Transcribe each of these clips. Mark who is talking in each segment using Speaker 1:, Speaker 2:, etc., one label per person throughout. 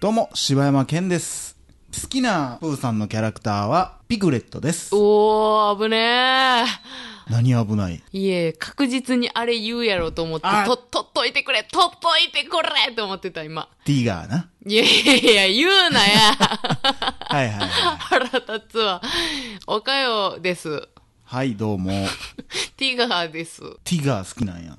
Speaker 1: どうも、柴山健です。好きなプーさんのキャラクターは、ピグレットです。
Speaker 2: おー、危ね
Speaker 1: 何危ない
Speaker 2: え。いえ、確実にあれ言うやろと思って
Speaker 1: あ、
Speaker 2: と、とっといてくれ、とっといてくれと思ってた、今。
Speaker 1: ティガーな。
Speaker 2: いやいやいや、言うなや。
Speaker 1: はいはいはい。
Speaker 2: 腹立つわ。おかよです。
Speaker 1: はい、どうも。
Speaker 2: ティガーです。あ
Speaker 1: ティガー好きなんや。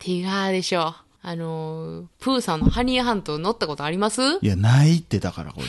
Speaker 2: ティガーでしょ。あのー、プーさんのハニーハント乗ったことあります
Speaker 1: いや、ないってだから、これ。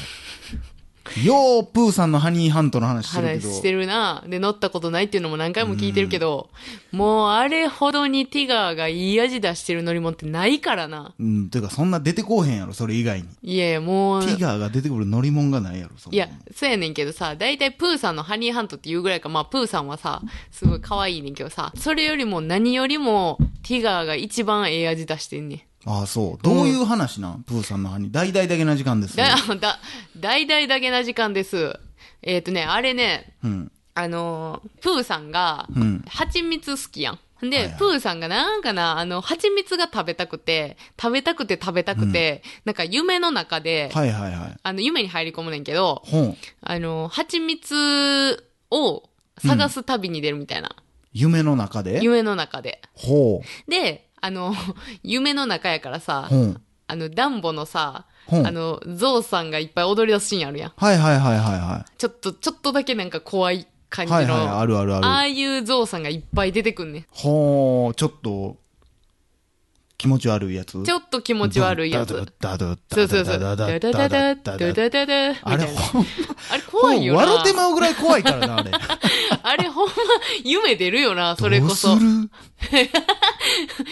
Speaker 1: よう、プーさんのハニーハントの話してるけ
Speaker 2: 話
Speaker 1: ど。
Speaker 2: してるな。で、乗ったことないっていうのも何回も聞いてるけど、もうあれほどにティガーがいい味出してる乗り物ってないからな。
Speaker 1: うん、てか、そんな出てこうへんやろ、それ以外に。
Speaker 2: いやいや、もう。
Speaker 1: ティガーが出てくる乗り物がないやろ、そん
Speaker 2: い
Speaker 1: な
Speaker 2: や
Speaker 1: もん。、
Speaker 2: そうやねんけどさ、だいたいプーさんのハニーハントっていうぐらいか、まあプーさんはさ、すごい可愛いねんけどさ、それよりも何よりも、ティガーが一番ええ味出してんねん。
Speaker 1: ああ、そう。どういう話なん、プーさんのハニー。大々だけな時間ですよ。
Speaker 2: だ、だ、だいだいだけな時間です。えっ、とね、あれね、
Speaker 1: うん。
Speaker 2: あのープーさんが
Speaker 1: うん、
Speaker 2: 蜂蜜好きやん。で、
Speaker 1: はいはい
Speaker 2: プーさんがなんかな、あの、蜂蜜が食べたくて、食べたくて食べたくて、なんか夢の中で、
Speaker 1: はいはいはい。
Speaker 2: あの、夢に入り込むねんけど、
Speaker 1: ほん。
Speaker 2: あの、蜂蜜を探す旅に出るみたいな。
Speaker 1: 夢の中で
Speaker 2: 夢の中で。
Speaker 1: ほ
Speaker 2: で、あの、夢の中やからさ
Speaker 1: う。、ほん。
Speaker 2: あの、ダンボのさ、
Speaker 1: ほん
Speaker 2: あの、ゾウさんがいっぱい踊り出すシーンあるやん。
Speaker 1: はいはいはいはいは
Speaker 2: ちょっと、ちょっとだけなんか怖い感
Speaker 1: い。
Speaker 2: じの。
Speaker 1: はいはい、あるある
Speaker 2: あ
Speaker 1: ある。
Speaker 2: あいうゾウさんがいっぱい出てくんね。
Speaker 1: ほう、ちょっと、気持ち悪いやつ
Speaker 2: ちょっと気持ち悪いやつ。
Speaker 1: ダダダ
Speaker 2: そ
Speaker 1: ダ
Speaker 2: うそうそう。
Speaker 1: ダダダ
Speaker 2: ダダ
Speaker 1: ダ
Speaker 2: ダ
Speaker 1: ダ
Speaker 2: ダ
Speaker 1: ダダ
Speaker 2: ダ
Speaker 1: ダ
Speaker 2: ダダダダみた
Speaker 1: あれ
Speaker 2: いな。
Speaker 1: ほん
Speaker 2: あれ怖いよな。
Speaker 1: 笑ってまうぐらい怖いからな、あれ。
Speaker 2: あれほんま夢出るよな、それこそ
Speaker 1: どう。す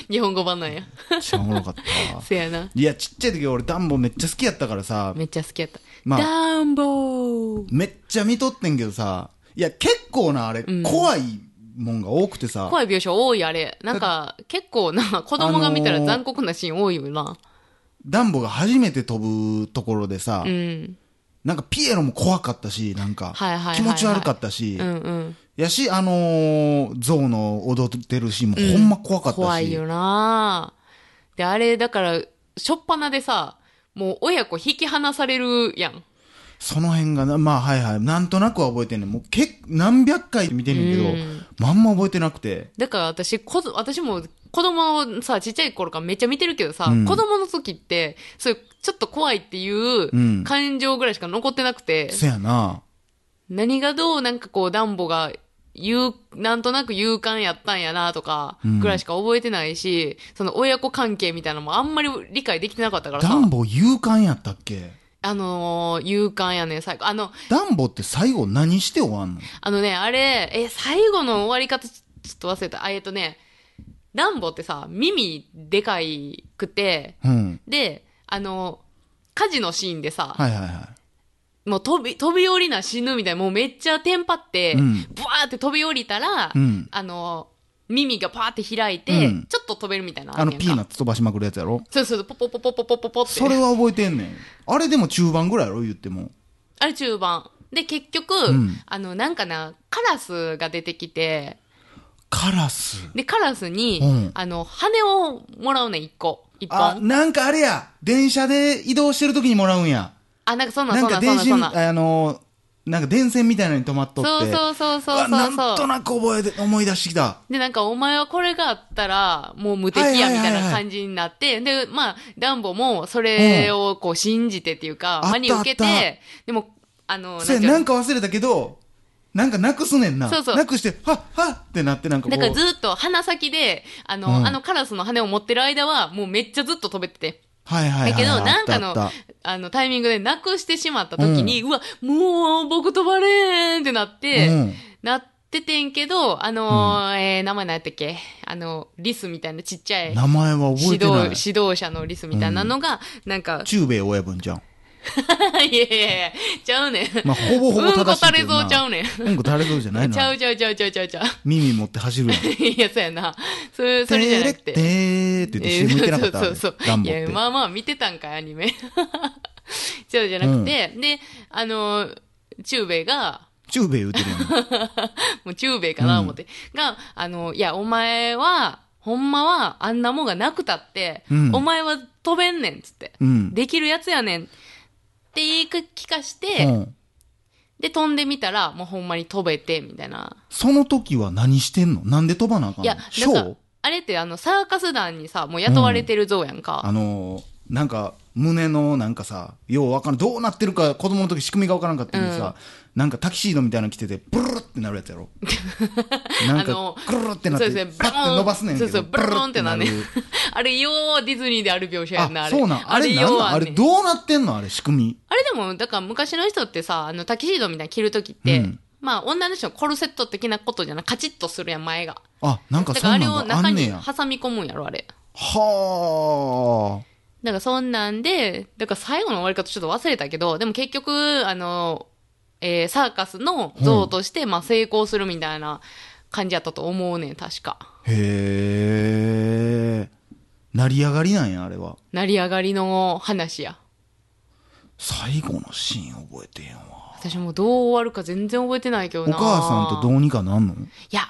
Speaker 2: 日本語版なんや。
Speaker 1: るちゃおもろかったわ。
Speaker 2: せやな。
Speaker 1: いや、ちっちゃい時俺ダンボめっちゃ好きやったからさ、
Speaker 2: めっちゃ好きやった。
Speaker 1: まあ
Speaker 2: ダンボー
Speaker 1: めっちゃ見とってんけどさ、いや、結構な、あれ、怖いもんが多くてさ、
Speaker 2: 怖い描写多いあれ。なんか、結構な、子供が見た
Speaker 1: あ
Speaker 2: ら
Speaker 1: のー
Speaker 2: 残酷なシーン多いよな。
Speaker 1: ダンボが初めて飛ぶところでさ、
Speaker 2: うん。
Speaker 1: なんかピエロも怖かったし、なんか
Speaker 2: はいはいはいは、い
Speaker 1: 気持ち悪かったし
Speaker 2: う、んうん。
Speaker 1: やし、あのー、象の踊ってるシーンもほんま怖かったし、
Speaker 2: 怖いよなで、あれ、だから、しょっぱなでさ、もう親子引き離されるやん。
Speaker 1: その辺がな、まあはいはい、なんとなくは覚えてんねん。もうけ何百回見てんねんけど、
Speaker 2: うん
Speaker 1: まんま覚えてなくて。
Speaker 2: だから私、こぞ、私も子供をさ、ちっちゃい頃からめっちゃ見てるけどさ、
Speaker 1: うん
Speaker 2: 子供の時って、そういう、ちょっと怖いっていう
Speaker 1: うん
Speaker 2: 感情ぐらいしか残ってなくて、
Speaker 1: せやな。
Speaker 2: 何がどうなんかこう、ダンボが言う、なんとなく勇敢やったんやなとか、
Speaker 1: うん
Speaker 2: ぐらいしか覚えてないし、その親子関係みたいなのもあんまり理解できてなかったから
Speaker 1: ダ
Speaker 2: さ
Speaker 1: ン、ボ勇敢やったっけ
Speaker 2: あのー、勇敢やねん、最後。あの、
Speaker 1: ダンボって最後何して終わんの
Speaker 2: あのね、あれ、え、最後の終わり方、ちょちょっと忘れた。あ、えっとね、ダンボってさ、耳でかいくて、
Speaker 1: うん。
Speaker 2: で、あの、火事のシーンでさ、
Speaker 1: はいはいは
Speaker 2: もう飛び、飛び降りな死ぬみたいな、もうめっちゃテンパって、
Speaker 1: うん
Speaker 2: ブワーって飛び降りた
Speaker 1: い。
Speaker 2: ら、
Speaker 1: うん。
Speaker 2: あの、耳がパーって開いて、
Speaker 1: うん
Speaker 2: ちょっと飛べるみたいな
Speaker 1: あの
Speaker 2: るやん
Speaker 1: ピ
Speaker 2: か
Speaker 1: ーナッツ飛ばしまくるやつやろ
Speaker 2: そうそうそう、ポポポポポポポポって。
Speaker 1: それは覚えてんねん。あれでも中盤ぐらいやろ言っても。
Speaker 2: あれ中盤。で、結局、
Speaker 1: ん
Speaker 2: あの、なんかな、カラスが出てきて、
Speaker 1: カラス。
Speaker 2: で、カラスに、
Speaker 1: うん
Speaker 2: あの、羽をもらうねん、一個。一
Speaker 1: あ、
Speaker 2: 本。あ
Speaker 1: なんかあれや。電車で移動してる時にもらうんや。
Speaker 2: なんかそんな
Speaker 1: な
Speaker 2: んそ
Speaker 1: ん
Speaker 2: ん
Speaker 1: か
Speaker 2: なんそん
Speaker 1: 電
Speaker 2: なんそん
Speaker 1: 信、
Speaker 2: なんそう
Speaker 1: あのー、なんか電線みたいなのに止まっとって。
Speaker 2: そうそうそう
Speaker 1: あ
Speaker 2: そう
Speaker 1: なん
Speaker 2: そ
Speaker 1: と
Speaker 2: う。
Speaker 1: なく覚えて、思い出してきた。
Speaker 2: で、なんか、お前はこれがあったら、もう無敵
Speaker 1: はいは
Speaker 2: や、
Speaker 1: い
Speaker 2: み
Speaker 1: はいは
Speaker 2: た
Speaker 1: い
Speaker 2: いな感じになって、で、まあ、ダンボも、それをこう、信じてっていうか、
Speaker 1: あった
Speaker 2: 真に受け、
Speaker 1: あって
Speaker 2: でも、あの、
Speaker 1: それ
Speaker 2: んていうの
Speaker 1: なんか忘れたけど、なんかなくすねんな。
Speaker 2: そうそう
Speaker 1: なくして、はっはっってなってなんかこ
Speaker 2: だ
Speaker 1: う。
Speaker 2: からずっと鼻先で、あの、
Speaker 1: うん
Speaker 2: あのカラスの羽を持ってる間は、もうめっちゃずっと飛べてて。
Speaker 1: はいはいはい、
Speaker 2: だ
Speaker 1: はい。
Speaker 2: けど、なんか
Speaker 1: あ
Speaker 2: の
Speaker 1: ったあっ、
Speaker 2: あの、タイミングでなくしてしまった時に、うわ、もう僕飛ばれーんってなったて、
Speaker 1: うん。
Speaker 2: なっててんけど、あのーえー名前何やったっけあの、リスみたいなちっちゃい
Speaker 1: 名前は覚え
Speaker 2: 指
Speaker 1: てない
Speaker 2: 導、。指導者のリスみたいなのが、なんか、
Speaker 1: 中米親分じゃん。
Speaker 2: いやいやいや、ちゃうねん。
Speaker 1: まあ、ほぼほぼ
Speaker 2: うんこ
Speaker 1: 正しい
Speaker 2: 垂
Speaker 1: け
Speaker 2: れ
Speaker 1: どな。
Speaker 2: そうちゃうねん。
Speaker 1: うんこ垂れそうじゃないの。
Speaker 2: ちゃうちゃうちゃうちゃうちゃうちゃう。
Speaker 1: 耳持って走るやん。
Speaker 2: いや、そうやな。それ、それじゃなくて。
Speaker 1: てーって言って CM 見てなかった。
Speaker 2: そうそうそう
Speaker 1: ダンボ
Speaker 2: い
Speaker 1: って
Speaker 2: や、。まあまあ見てたんかい、アニメ。 そうじゃなくて、で、あの、中米が、
Speaker 1: 中米言うてるやん。
Speaker 2: もう中米かな思って、が、あの、いや、お前は、ほんまはあんなもんがなくたって、
Speaker 1: うん
Speaker 2: お前は飛べんねんっつって、
Speaker 1: うん
Speaker 2: できるやつやねんって言い聞かして、
Speaker 1: うん。
Speaker 2: で飛んでみたらもうほんまに飛べてみたいな
Speaker 1: その時は何してんのなんで飛ばなあかんの
Speaker 2: いや
Speaker 1: ショ
Speaker 2: なん
Speaker 1: ー
Speaker 2: かあれってあのサーカス団にさもう雇われてる像やん
Speaker 1: あ
Speaker 2: か、
Speaker 1: のーなんか、胸のなんかさ、ようわからん、どうなってるか子供の時仕組みがわからんかったけどさ、なんかタキシードみたいなの着てて、ブルルってなるやつ やろ。なん
Speaker 2: あの
Speaker 1: か、くるるってなっ
Speaker 2: そう
Speaker 1: て、
Speaker 2: ですね
Speaker 1: パッて伸ばすねんけど。
Speaker 2: そうそうブルーンってなね
Speaker 1: ブルルって
Speaker 2: あれようディズニーである描写やんな
Speaker 1: あ
Speaker 2: あ、れ
Speaker 1: そうなん。あれなん
Speaker 2: よう
Speaker 1: なんあ
Speaker 2: ん
Speaker 1: れ
Speaker 2: ねん
Speaker 1: どうなってんのあれ仕組
Speaker 2: あれでも、だから昔の人ってさ、あの、タキシードみたいに着るときって、
Speaker 1: うん
Speaker 2: まあ、女の人のコルセット的なことじゃない、カチッとするやん、前が。
Speaker 1: み。あ、なんか
Speaker 2: だ
Speaker 1: そ
Speaker 2: か
Speaker 1: ん
Speaker 2: ら
Speaker 1: な
Speaker 2: あれを
Speaker 1: んがあ
Speaker 2: 中
Speaker 1: んね
Speaker 2: に
Speaker 1: や。
Speaker 2: 挟み込むんやろ、あれ。
Speaker 1: はあ。
Speaker 2: だからそんなんで、だから最後の終わり方ちょっと忘れたけど、でも結局、あの、えーサーカスの像として、まあ、成功するみたいな感じやったと思うねん、確か。
Speaker 1: へえ。成り上がりなんや、あれは。
Speaker 2: 成り上がりの話や。
Speaker 1: 最後のシーン覚えてへんわ。
Speaker 2: 私もうどう終わるか全然覚えてないけど
Speaker 1: お
Speaker 2: な。
Speaker 1: 母さんとどうにかなんの
Speaker 2: いや、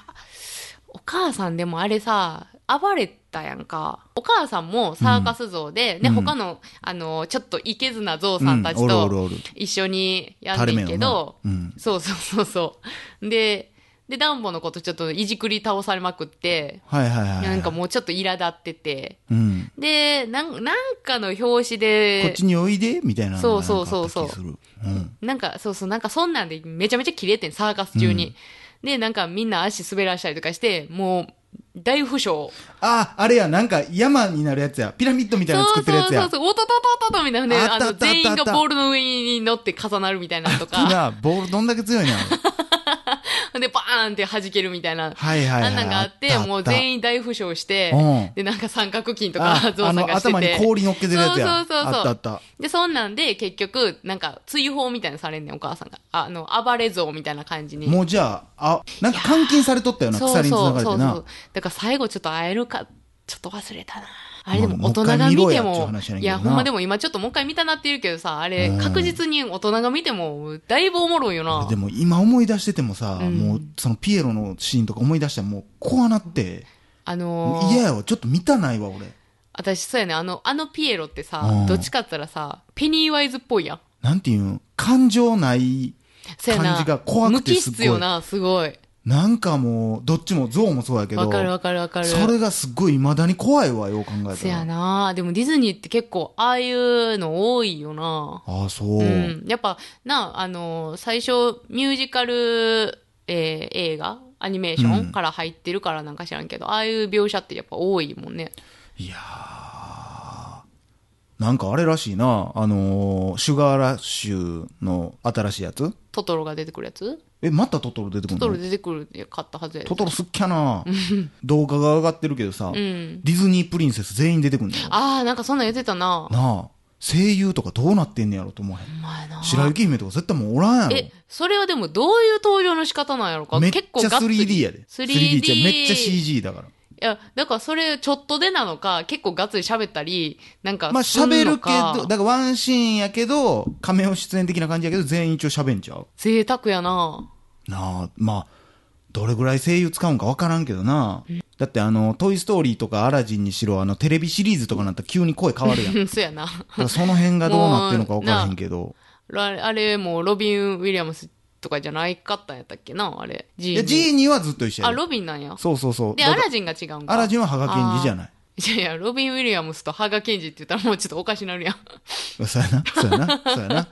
Speaker 2: お母さんでもあれさ、暴れたやんか。お母さんもサーカス像で、ね、
Speaker 1: うん
Speaker 2: 他の、あの、ちょっとイケズな像さんた
Speaker 1: う
Speaker 2: ち
Speaker 1: んおるお
Speaker 2: と
Speaker 1: るおる
Speaker 2: 一緒にやんねんけど、
Speaker 1: 垂れ目のなうん
Speaker 2: そうそうそうそう。で、で、ダンボのことちょっといじくり倒されまくって、
Speaker 1: はいはいはいはい。
Speaker 2: なんかもうちょっと苛立ってて、
Speaker 1: うん。
Speaker 2: で、なんなんかの表紙
Speaker 1: こっ
Speaker 2: で、
Speaker 1: ちにおいでみたいなのが
Speaker 2: そうそうそうそ
Speaker 1: なん
Speaker 2: う
Speaker 1: かあった気するうん。
Speaker 2: なんか、そうそう、なんかそんなんでめちゃめちゃ切れてん、サーカス中に。で、なんかみんな足滑らしたりとかして、もう、大負傷。
Speaker 1: あ、あれや、なんか山になるやつや。ピラミッドみたいなの作ってるやつや。
Speaker 2: そうそうそうそう、おとととととみたいなね、
Speaker 1: あった
Speaker 2: あ
Speaker 1: あ
Speaker 2: の、
Speaker 1: ったあった
Speaker 2: 全員がボールの上に乗って重なるみたいなのとか、
Speaker 1: な、ボールどんだけ強いな。
Speaker 2: で、バーンって弾けるみたいな。
Speaker 1: はいはいはい。
Speaker 2: あんなんがあって、もう
Speaker 1: 員
Speaker 2: 全員大負傷して
Speaker 1: うん、
Speaker 2: で、なんか三角筋と
Speaker 1: あ
Speaker 2: か、ゾウ
Speaker 1: あ
Speaker 2: さん
Speaker 1: の、
Speaker 2: がして
Speaker 1: 頭に
Speaker 2: て。
Speaker 1: 氷乗っけてるやつや。
Speaker 2: そうそうそう
Speaker 1: あっ
Speaker 2: そう
Speaker 1: たあった。
Speaker 2: で、そんなんで、結局、なんか、追放みたいなのされんねん、お母さんが。あの、暴れ像みたいな感じに。
Speaker 1: もうじゃあ、あ、なんか監禁されとったよな、
Speaker 2: そう
Speaker 1: 鎖に
Speaker 2: そ
Speaker 1: 繋
Speaker 2: う
Speaker 1: がれ
Speaker 2: そ
Speaker 1: て
Speaker 2: う
Speaker 1: な
Speaker 2: そう。。だから最後ちょっと会えるか、ちょっと忘れたな。あれでも
Speaker 1: まあ
Speaker 2: 大人が見
Speaker 1: もう一
Speaker 2: て
Speaker 1: 回見ろやっていう
Speaker 2: も
Speaker 1: 話や、ねん
Speaker 2: い
Speaker 1: けどな
Speaker 2: やほんまでも今ちょっともう一回見たなって言うけどさ、あれ
Speaker 1: うん
Speaker 2: 確実に大人が見ても、だいぶおもろいよな
Speaker 1: で。も今思い出しててもさ、
Speaker 2: うん
Speaker 1: もうそのピエロのシーンとか思い出したらもう怖なって。
Speaker 2: あの
Speaker 1: 嫌
Speaker 2: ー、
Speaker 1: やわ、ちょっと見たないわ、俺。
Speaker 2: 私そうやね、あの、あのピエロって
Speaker 1: う
Speaker 2: さ
Speaker 1: ん、
Speaker 2: どっちかって言ったらさ、ペニーワイズっぽいやん。
Speaker 1: なんていうん、感情ない。
Speaker 2: そうやな。
Speaker 1: 感じが怖くてすごい
Speaker 2: 無機質よな、すごい。
Speaker 1: なんかもう、どっちも、ゾウもそうやけど。
Speaker 2: わかるわかるわかる。
Speaker 1: それがすっごい未だに怖いわ、よう考えたら。
Speaker 2: せやな。でもディズニーって結構、ああいうの多いよな。
Speaker 1: ああ、そう。
Speaker 2: うん、やっぱなあの最初ミュージカル、えー映画アニメーショ
Speaker 1: うん
Speaker 2: ンから入ってるからなんか知らんけど、ああいう描写ってやっぱ多いもんね
Speaker 1: いやーなんかあれらしいな。あのーシュガーラッシュの新しいやつ
Speaker 2: トトロが出てくるやつ
Speaker 1: え、またトトロ出てく
Speaker 2: ト
Speaker 1: る
Speaker 2: トロ
Speaker 1: の
Speaker 2: 出てくるや買ったはずやで
Speaker 1: トトロすっきゃな動画が上がってるけどさ、
Speaker 2: うん
Speaker 1: ディズニープリンセス全員出てくるのよ。な
Speaker 2: ああなんかそんなん言ってたな
Speaker 1: あ、声優とかどうなってんねやろと思わへん。
Speaker 2: お前な
Speaker 1: 白雪姫とか絶対もうおらんや
Speaker 2: えそれはでもどういう登場の仕方なんやろか
Speaker 1: ろ。めっち
Speaker 2: 結構
Speaker 1: ゃ
Speaker 2: がっつり
Speaker 1: 3D やで。
Speaker 2: 3D
Speaker 1: じゃめっちゃ CG だから。
Speaker 2: いやだからそれちょっとでなのか結構がっつり喋ったりなんか
Speaker 1: まあ
Speaker 2: すんの
Speaker 1: 喋るけ
Speaker 2: か
Speaker 1: ど、だからワンシーンやけど、仮面を出演的な感じやけど、全員一応喋んちゃう。
Speaker 2: 贅沢やな
Speaker 1: なあ、まあ、どれぐらい声優使うんかわからんけどな。だってあの、トイストーリーとかアラジンにしろ、あの、テレビシリーズとかなったら急に声変わ るやん。だ
Speaker 2: うんそうやな
Speaker 1: からその辺がどうなってるのかわからへんけど。
Speaker 2: あれあれもロビン・ウィリアムスとかじゃないかったんやったっけなあれ。ジ
Speaker 1: い
Speaker 2: ー
Speaker 1: や、
Speaker 2: ニー
Speaker 1: ジーニーはずっと一緒や
Speaker 2: あ、
Speaker 1: で
Speaker 2: ロビンなんや。
Speaker 1: そうそうそう。
Speaker 2: で、
Speaker 1: だ
Speaker 2: ア
Speaker 1: から
Speaker 2: ラジンが違うんか。
Speaker 1: アラジンはハガケンジじゃない。
Speaker 2: い。いやいや、ロビン・ウィリアムスとハガケンジって言ったらもうちょっとおかしなるやん。
Speaker 1: そうやな、そうやな、そうや な。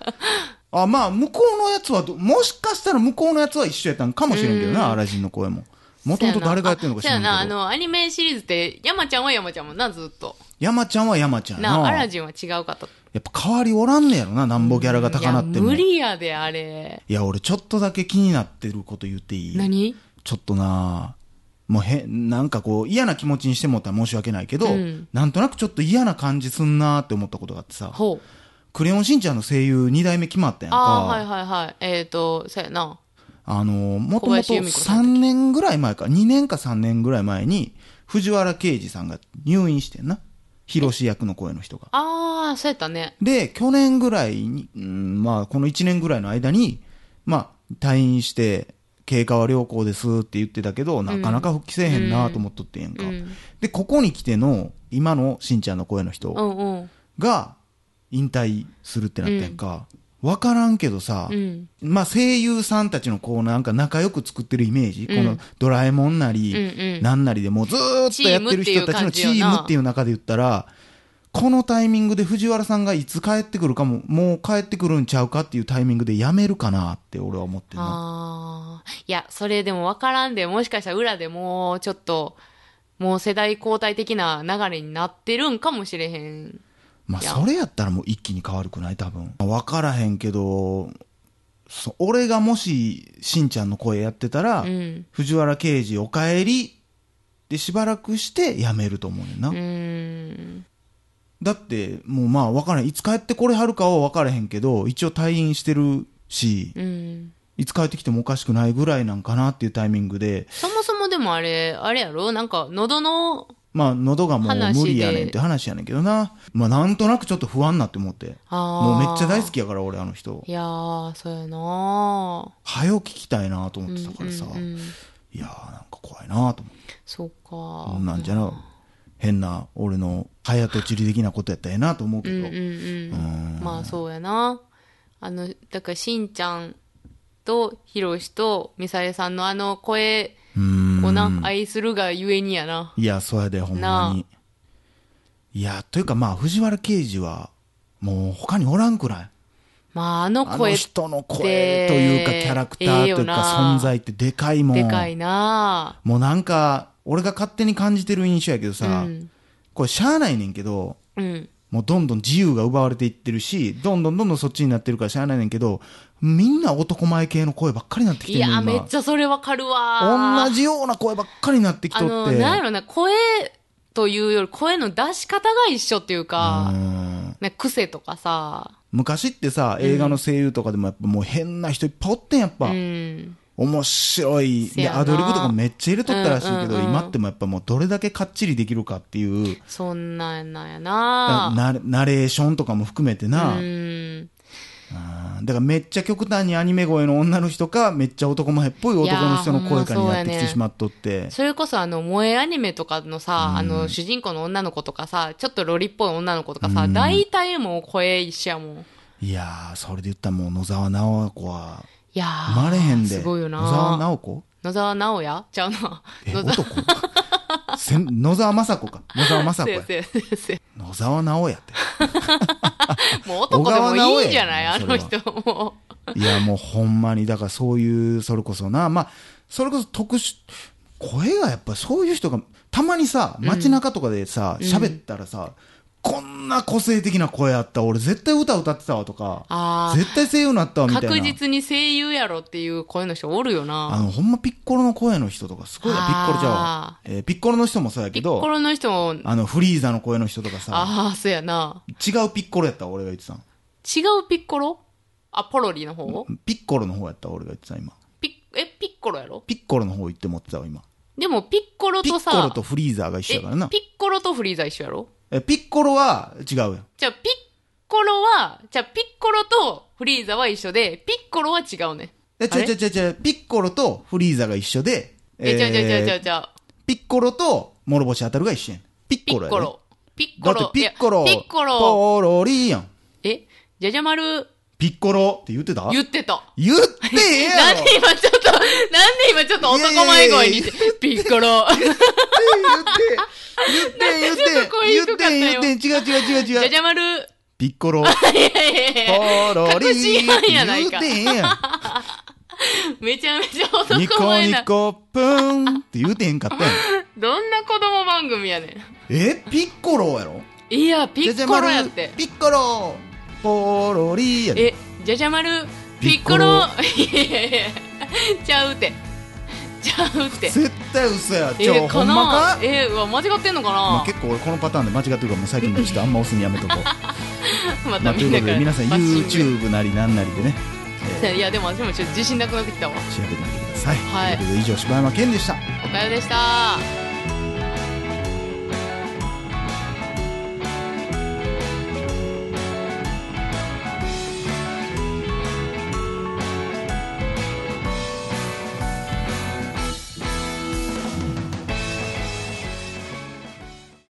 Speaker 1: あ、まあ、向こうのやつはど、もしかしたら向こうのやつは一緒やったんかもしれんけどな、アラジンの声も。もともと誰がやってるのか知らん
Speaker 2: そうやな、あ
Speaker 1: けど。
Speaker 2: の、アニメシリーズって、山ちゃんは山ちゃんもんな、ずっと。
Speaker 1: 山ちゃんは山ちゃんや
Speaker 2: な、
Speaker 1: な。
Speaker 2: アラ
Speaker 1: や
Speaker 2: ジンは違うかと。
Speaker 1: っぱ代わりおらんねやろな、なんぼギャラが高なって
Speaker 2: いや
Speaker 1: も。
Speaker 2: 無
Speaker 1: い
Speaker 2: 理やで、あれ。
Speaker 1: や、俺ちょっとだけ気になってること言っていい
Speaker 2: 何
Speaker 1: ちょっとなもうへ、なんかこう嫌な気持ちにしてもったら申し訳ないけど、
Speaker 2: うん
Speaker 1: なんとなくちょっと嫌な感じすんなーって思ったことがあってさ、
Speaker 2: ほう。
Speaker 1: クレヨンしんちゃんの声優2代目決まったやんか。
Speaker 2: ああ、はいはいはい。えっ、ー、と、そうやな。
Speaker 1: あの、もと
Speaker 2: 小
Speaker 1: もと
Speaker 2: 林由美子さ
Speaker 1: 3
Speaker 2: ん
Speaker 1: 年ぐらい前か、2年か3年ぐらい前に、藤原啓治さんが入院してんな。広志役の声の人が。
Speaker 2: ああ、そうやったね。
Speaker 1: で、去年ぐらいに、うんまあ、この1年ぐらいの間に、まあ、退院して、経過は良好ですって言ってたけど、なかなか復帰せえへんなと思っとってんやんか。
Speaker 2: うん
Speaker 1: で、ここに来ての、今のしんちゃんの声の人
Speaker 2: うんうん
Speaker 1: が引退するってなってんか、わからんけどさ、
Speaker 2: うん
Speaker 1: まあ声優さんたちのこうなんか仲良く作ってるイメージ、
Speaker 2: うん
Speaker 1: このドラえもんなり、
Speaker 2: うんうん
Speaker 1: なんなりでもうずーっとやってる人たちのチ
Speaker 2: チー
Speaker 1: ー
Speaker 2: ムっていう感じよな
Speaker 1: ムっていう中で言ったら、このタイミングで藤原さんがいつ帰ってくるかも、もう帰ってくるんちゃうかっていうタイミングでやめるかなって俺は思ってんな。
Speaker 2: ああ。いや、それでも分からんで、もしかしたら裏でもうちょっと、もう世代交代的な流れになってるんかもしれへん。
Speaker 1: まあ、
Speaker 2: いや
Speaker 1: それやったらもう一気に変わるくない多分。まあ分からへんけど、そ俺がもし、しんちゃんの声やってたら、
Speaker 2: うん。
Speaker 1: 藤原刑事お帰りでしばらくして辞めると思うねんな。
Speaker 2: うーん。
Speaker 1: だって、もうまあ分からへん。いつ帰ってこれはるかは分からへんけど、一応退院してるし、
Speaker 2: うん。
Speaker 1: いつ帰ってきてもおかしくないぐらいなんかなっていうタイミングで、
Speaker 2: そもそもでもあれ、あれやろなんか、喉の、
Speaker 1: まあ喉がもう
Speaker 2: 話で
Speaker 1: 無理やねんって話やねんけどな。まあなんとなくちょっと不安になって思って。も
Speaker 2: あ
Speaker 1: う
Speaker 2: あ。
Speaker 1: めっちゃ大好。きやから俺あの人
Speaker 2: い。やー、そうやな
Speaker 1: 早よ聞きたいなと
Speaker 2: ー
Speaker 1: 思ってたからさ。
Speaker 2: うんうんうん
Speaker 1: いやーなんか怖いなと思って。
Speaker 2: そうか。
Speaker 1: こんなんじゃな、変な俺の早とちり的なことやったらええなと思うけ
Speaker 2: うん
Speaker 1: ど。
Speaker 2: うんう
Speaker 1: うん
Speaker 2: んまあそうやなあのだからしんちゃんとひろしとみさえさんのあの声
Speaker 1: うーん
Speaker 2: をな、愛するがゆえにやない
Speaker 1: や、そうやで、ほんまに
Speaker 2: な。
Speaker 1: いや、というかまあ、藤原刑事は、もう他におらんくらい。
Speaker 2: まああの
Speaker 1: あの
Speaker 2: 声
Speaker 1: 人の声というか、キャラクターというか、存在ってでかいもん。
Speaker 2: でかいな
Speaker 1: もうなんか、俺が勝手に感じてる印象やけど
Speaker 2: う
Speaker 1: さ、
Speaker 2: ん
Speaker 1: これしゃあないねんけど、
Speaker 2: うん
Speaker 1: もうどんどん自由が奪われていってるし、どんどんどんどんそっちになってるからしゃあないねんけど、みんな男前系の声ばっかりになってき
Speaker 2: い
Speaker 1: てる
Speaker 2: や
Speaker 1: の
Speaker 2: めっ
Speaker 1: 今。
Speaker 2: ちゃそれわかるわ
Speaker 1: 同じような声ばっかりになってき
Speaker 2: あ
Speaker 1: と
Speaker 2: の
Speaker 1: って。
Speaker 2: なんやろな声というより声の出し方が一緒っていうか
Speaker 1: うん
Speaker 2: ね癖とかさ
Speaker 1: 昔ってさ、映画の声優とかでもやっぱもう変な人いっぱいおってんやっぱ。
Speaker 2: うん
Speaker 1: 面白い。
Speaker 2: せ
Speaker 1: で、
Speaker 2: やな
Speaker 1: アドリブとかめっちゃ入れとったらしいけど、
Speaker 2: うんうんうん
Speaker 1: 今ってもやっぱもうどれだけかっちりできるかっていう、
Speaker 2: そんなんなん
Speaker 1: だ
Speaker 2: やな
Speaker 1: ナレナレーションとかも含めてな、
Speaker 2: うん
Speaker 1: あーだからめっちゃ極端にアニメ声の女の人か、めっちゃ男前っぽい男の人の声かになってきてしまっとって。
Speaker 2: それこそあの萌えアニメとかのさ、あの主人公の女の子とかさちょっとロリっぽい女の子とかさ、大体もう声一緒やもんい
Speaker 1: いやー、それで言ったらもう野沢直子は
Speaker 2: やー
Speaker 1: 生まれへんで。
Speaker 2: すごいよ
Speaker 1: 野沢
Speaker 2: な
Speaker 1: 直子
Speaker 2: 野沢直哉ちゃう な
Speaker 1: え、
Speaker 2: 野沢
Speaker 1: 男せん野沢雅子か。野沢雅子や。
Speaker 2: 先生先
Speaker 1: 野沢直哉って。
Speaker 2: 生もう男でもいいんじゃないあ
Speaker 1: 小川
Speaker 2: の
Speaker 1: 直哉
Speaker 2: 人も
Speaker 1: いや、もうほんまに、だからそういう、それこそな、まあ、それこそ特殊、声がやっぱそういう人が、たまにさ、街中とかでさ、喋、ったらさ、こんな個性的な声あった、俺絶対歌歌ってたわとか、
Speaker 2: あ
Speaker 1: 絶対声優になったわ
Speaker 2: あ
Speaker 1: みたいな。
Speaker 2: 確実に声優やろっていう声の人おるよ
Speaker 1: あ
Speaker 2: な
Speaker 1: の、ほんまピッコロの声の人とかすごいな、ピッコロちゃうわ
Speaker 2: あ。
Speaker 1: えーピッコロの人もそうやけ
Speaker 2: ピッコ
Speaker 1: ど、
Speaker 2: ロの人も
Speaker 1: あの、フリーザの声の人とかさ、
Speaker 2: ああそうやな
Speaker 1: 違うピッコロやったわ俺が言ってたの
Speaker 2: 違うピッコロあポロリの方
Speaker 1: ピッコロの方やったわ俺が言ってた今。
Speaker 2: ピッえピッコロやろ
Speaker 1: ピッコロの方行って持ってたわ今。
Speaker 2: でもピッコロ
Speaker 1: ピ
Speaker 2: と
Speaker 1: ッ
Speaker 2: さ
Speaker 1: コロとフリーザーが一緒やからな
Speaker 2: え。ピッコロとフリーザ一緒やろ
Speaker 1: え、ピッコロは違うよ。
Speaker 2: じゃあ、ピッコロは、じゃあ、ピッコロとフリーザは一緒で、ピッコロは違うね。
Speaker 1: え、
Speaker 2: あ
Speaker 1: ちゃ
Speaker 2: れ
Speaker 1: ちゃちゃちゃ、ピッコロとフリーザが一緒で、
Speaker 2: え、じゃあ、じゃあ、じゃあ、じゃあ、
Speaker 1: ー
Speaker 2: じゃあ、
Speaker 1: ピッコロと諸星当たるが一緒やん。ピッ
Speaker 2: ピ
Speaker 1: コロ
Speaker 2: ッ
Speaker 1: や
Speaker 2: コ
Speaker 1: ろ
Speaker 2: ロ。ピッ
Speaker 1: だ
Speaker 2: コ
Speaker 1: って
Speaker 2: ロ。
Speaker 1: ピッコロ、
Speaker 2: いやピッコロ。
Speaker 1: ポロリやん。
Speaker 2: え、じゃじゃ丸、
Speaker 1: ピッコロって言ってた
Speaker 2: 言ってた。
Speaker 1: 言ってえ えや
Speaker 2: なん
Speaker 1: ろ
Speaker 2: で今ちょっと、なんで今ちょっと男前声にして、ピッコロ。
Speaker 1: 言って言って
Speaker 2: なんでちょっと声
Speaker 1: 言って
Speaker 2: 低かったよ
Speaker 1: 言って言って違う違う
Speaker 2: じ
Speaker 1: 違う
Speaker 2: ゃ
Speaker 1: 違う。
Speaker 2: じゃ丸。
Speaker 1: ピッコロ、ポ
Speaker 2: いやいやいやいや
Speaker 1: ロリ
Speaker 2: 確信犯やな
Speaker 1: 言
Speaker 2: い
Speaker 1: っ て
Speaker 2: か
Speaker 1: ええやん。
Speaker 2: めちゃめちゃ
Speaker 1: ニ
Speaker 2: 男
Speaker 1: コ
Speaker 2: 前
Speaker 1: ニ
Speaker 2: な。
Speaker 1: コプーンって言うてへんかったやん。
Speaker 2: どんな子供番組やねん。
Speaker 1: え、ピッコロやろ
Speaker 2: いや、ピ
Speaker 1: じゃじ
Speaker 2: ッ
Speaker 1: ゃ
Speaker 2: コ
Speaker 1: 丸
Speaker 2: ロやって。
Speaker 1: ピッコロポロリやで。
Speaker 2: え、じゃじゃ丸、
Speaker 1: ピ
Speaker 2: ピ
Speaker 1: ッ
Speaker 2: ッ
Speaker 1: コ
Speaker 2: コ
Speaker 1: ロ
Speaker 2: ロ、いやいやいや、ちゃうて、ちゃうて。
Speaker 1: 絶対嘘や。ち
Speaker 2: え
Speaker 1: ょ、
Speaker 2: ー
Speaker 1: ほ
Speaker 2: か
Speaker 1: んま
Speaker 2: な
Speaker 1: か
Speaker 2: えーうわ、間違ってんのか
Speaker 1: まあ
Speaker 2: な
Speaker 1: 結構俺このパターンで間違ってるからもう最近もちょっとあんま押すのやめとこう。
Speaker 2: ま
Speaker 1: ま
Speaker 2: た
Speaker 1: あとい
Speaker 2: み
Speaker 1: うんこと
Speaker 2: なか
Speaker 1: で
Speaker 2: ら。
Speaker 1: 皆さん
Speaker 2: パッシング
Speaker 1: YouTube なりなんなりでね、え
Speaker 2: いや、でも私もちょっと自信なくなってきたわ。
Speaker 1: ー調べてみてください。
Speaker 2: はい
Speaker 1: ということで以上柴山健でした。
Speaker 2: おかよでした。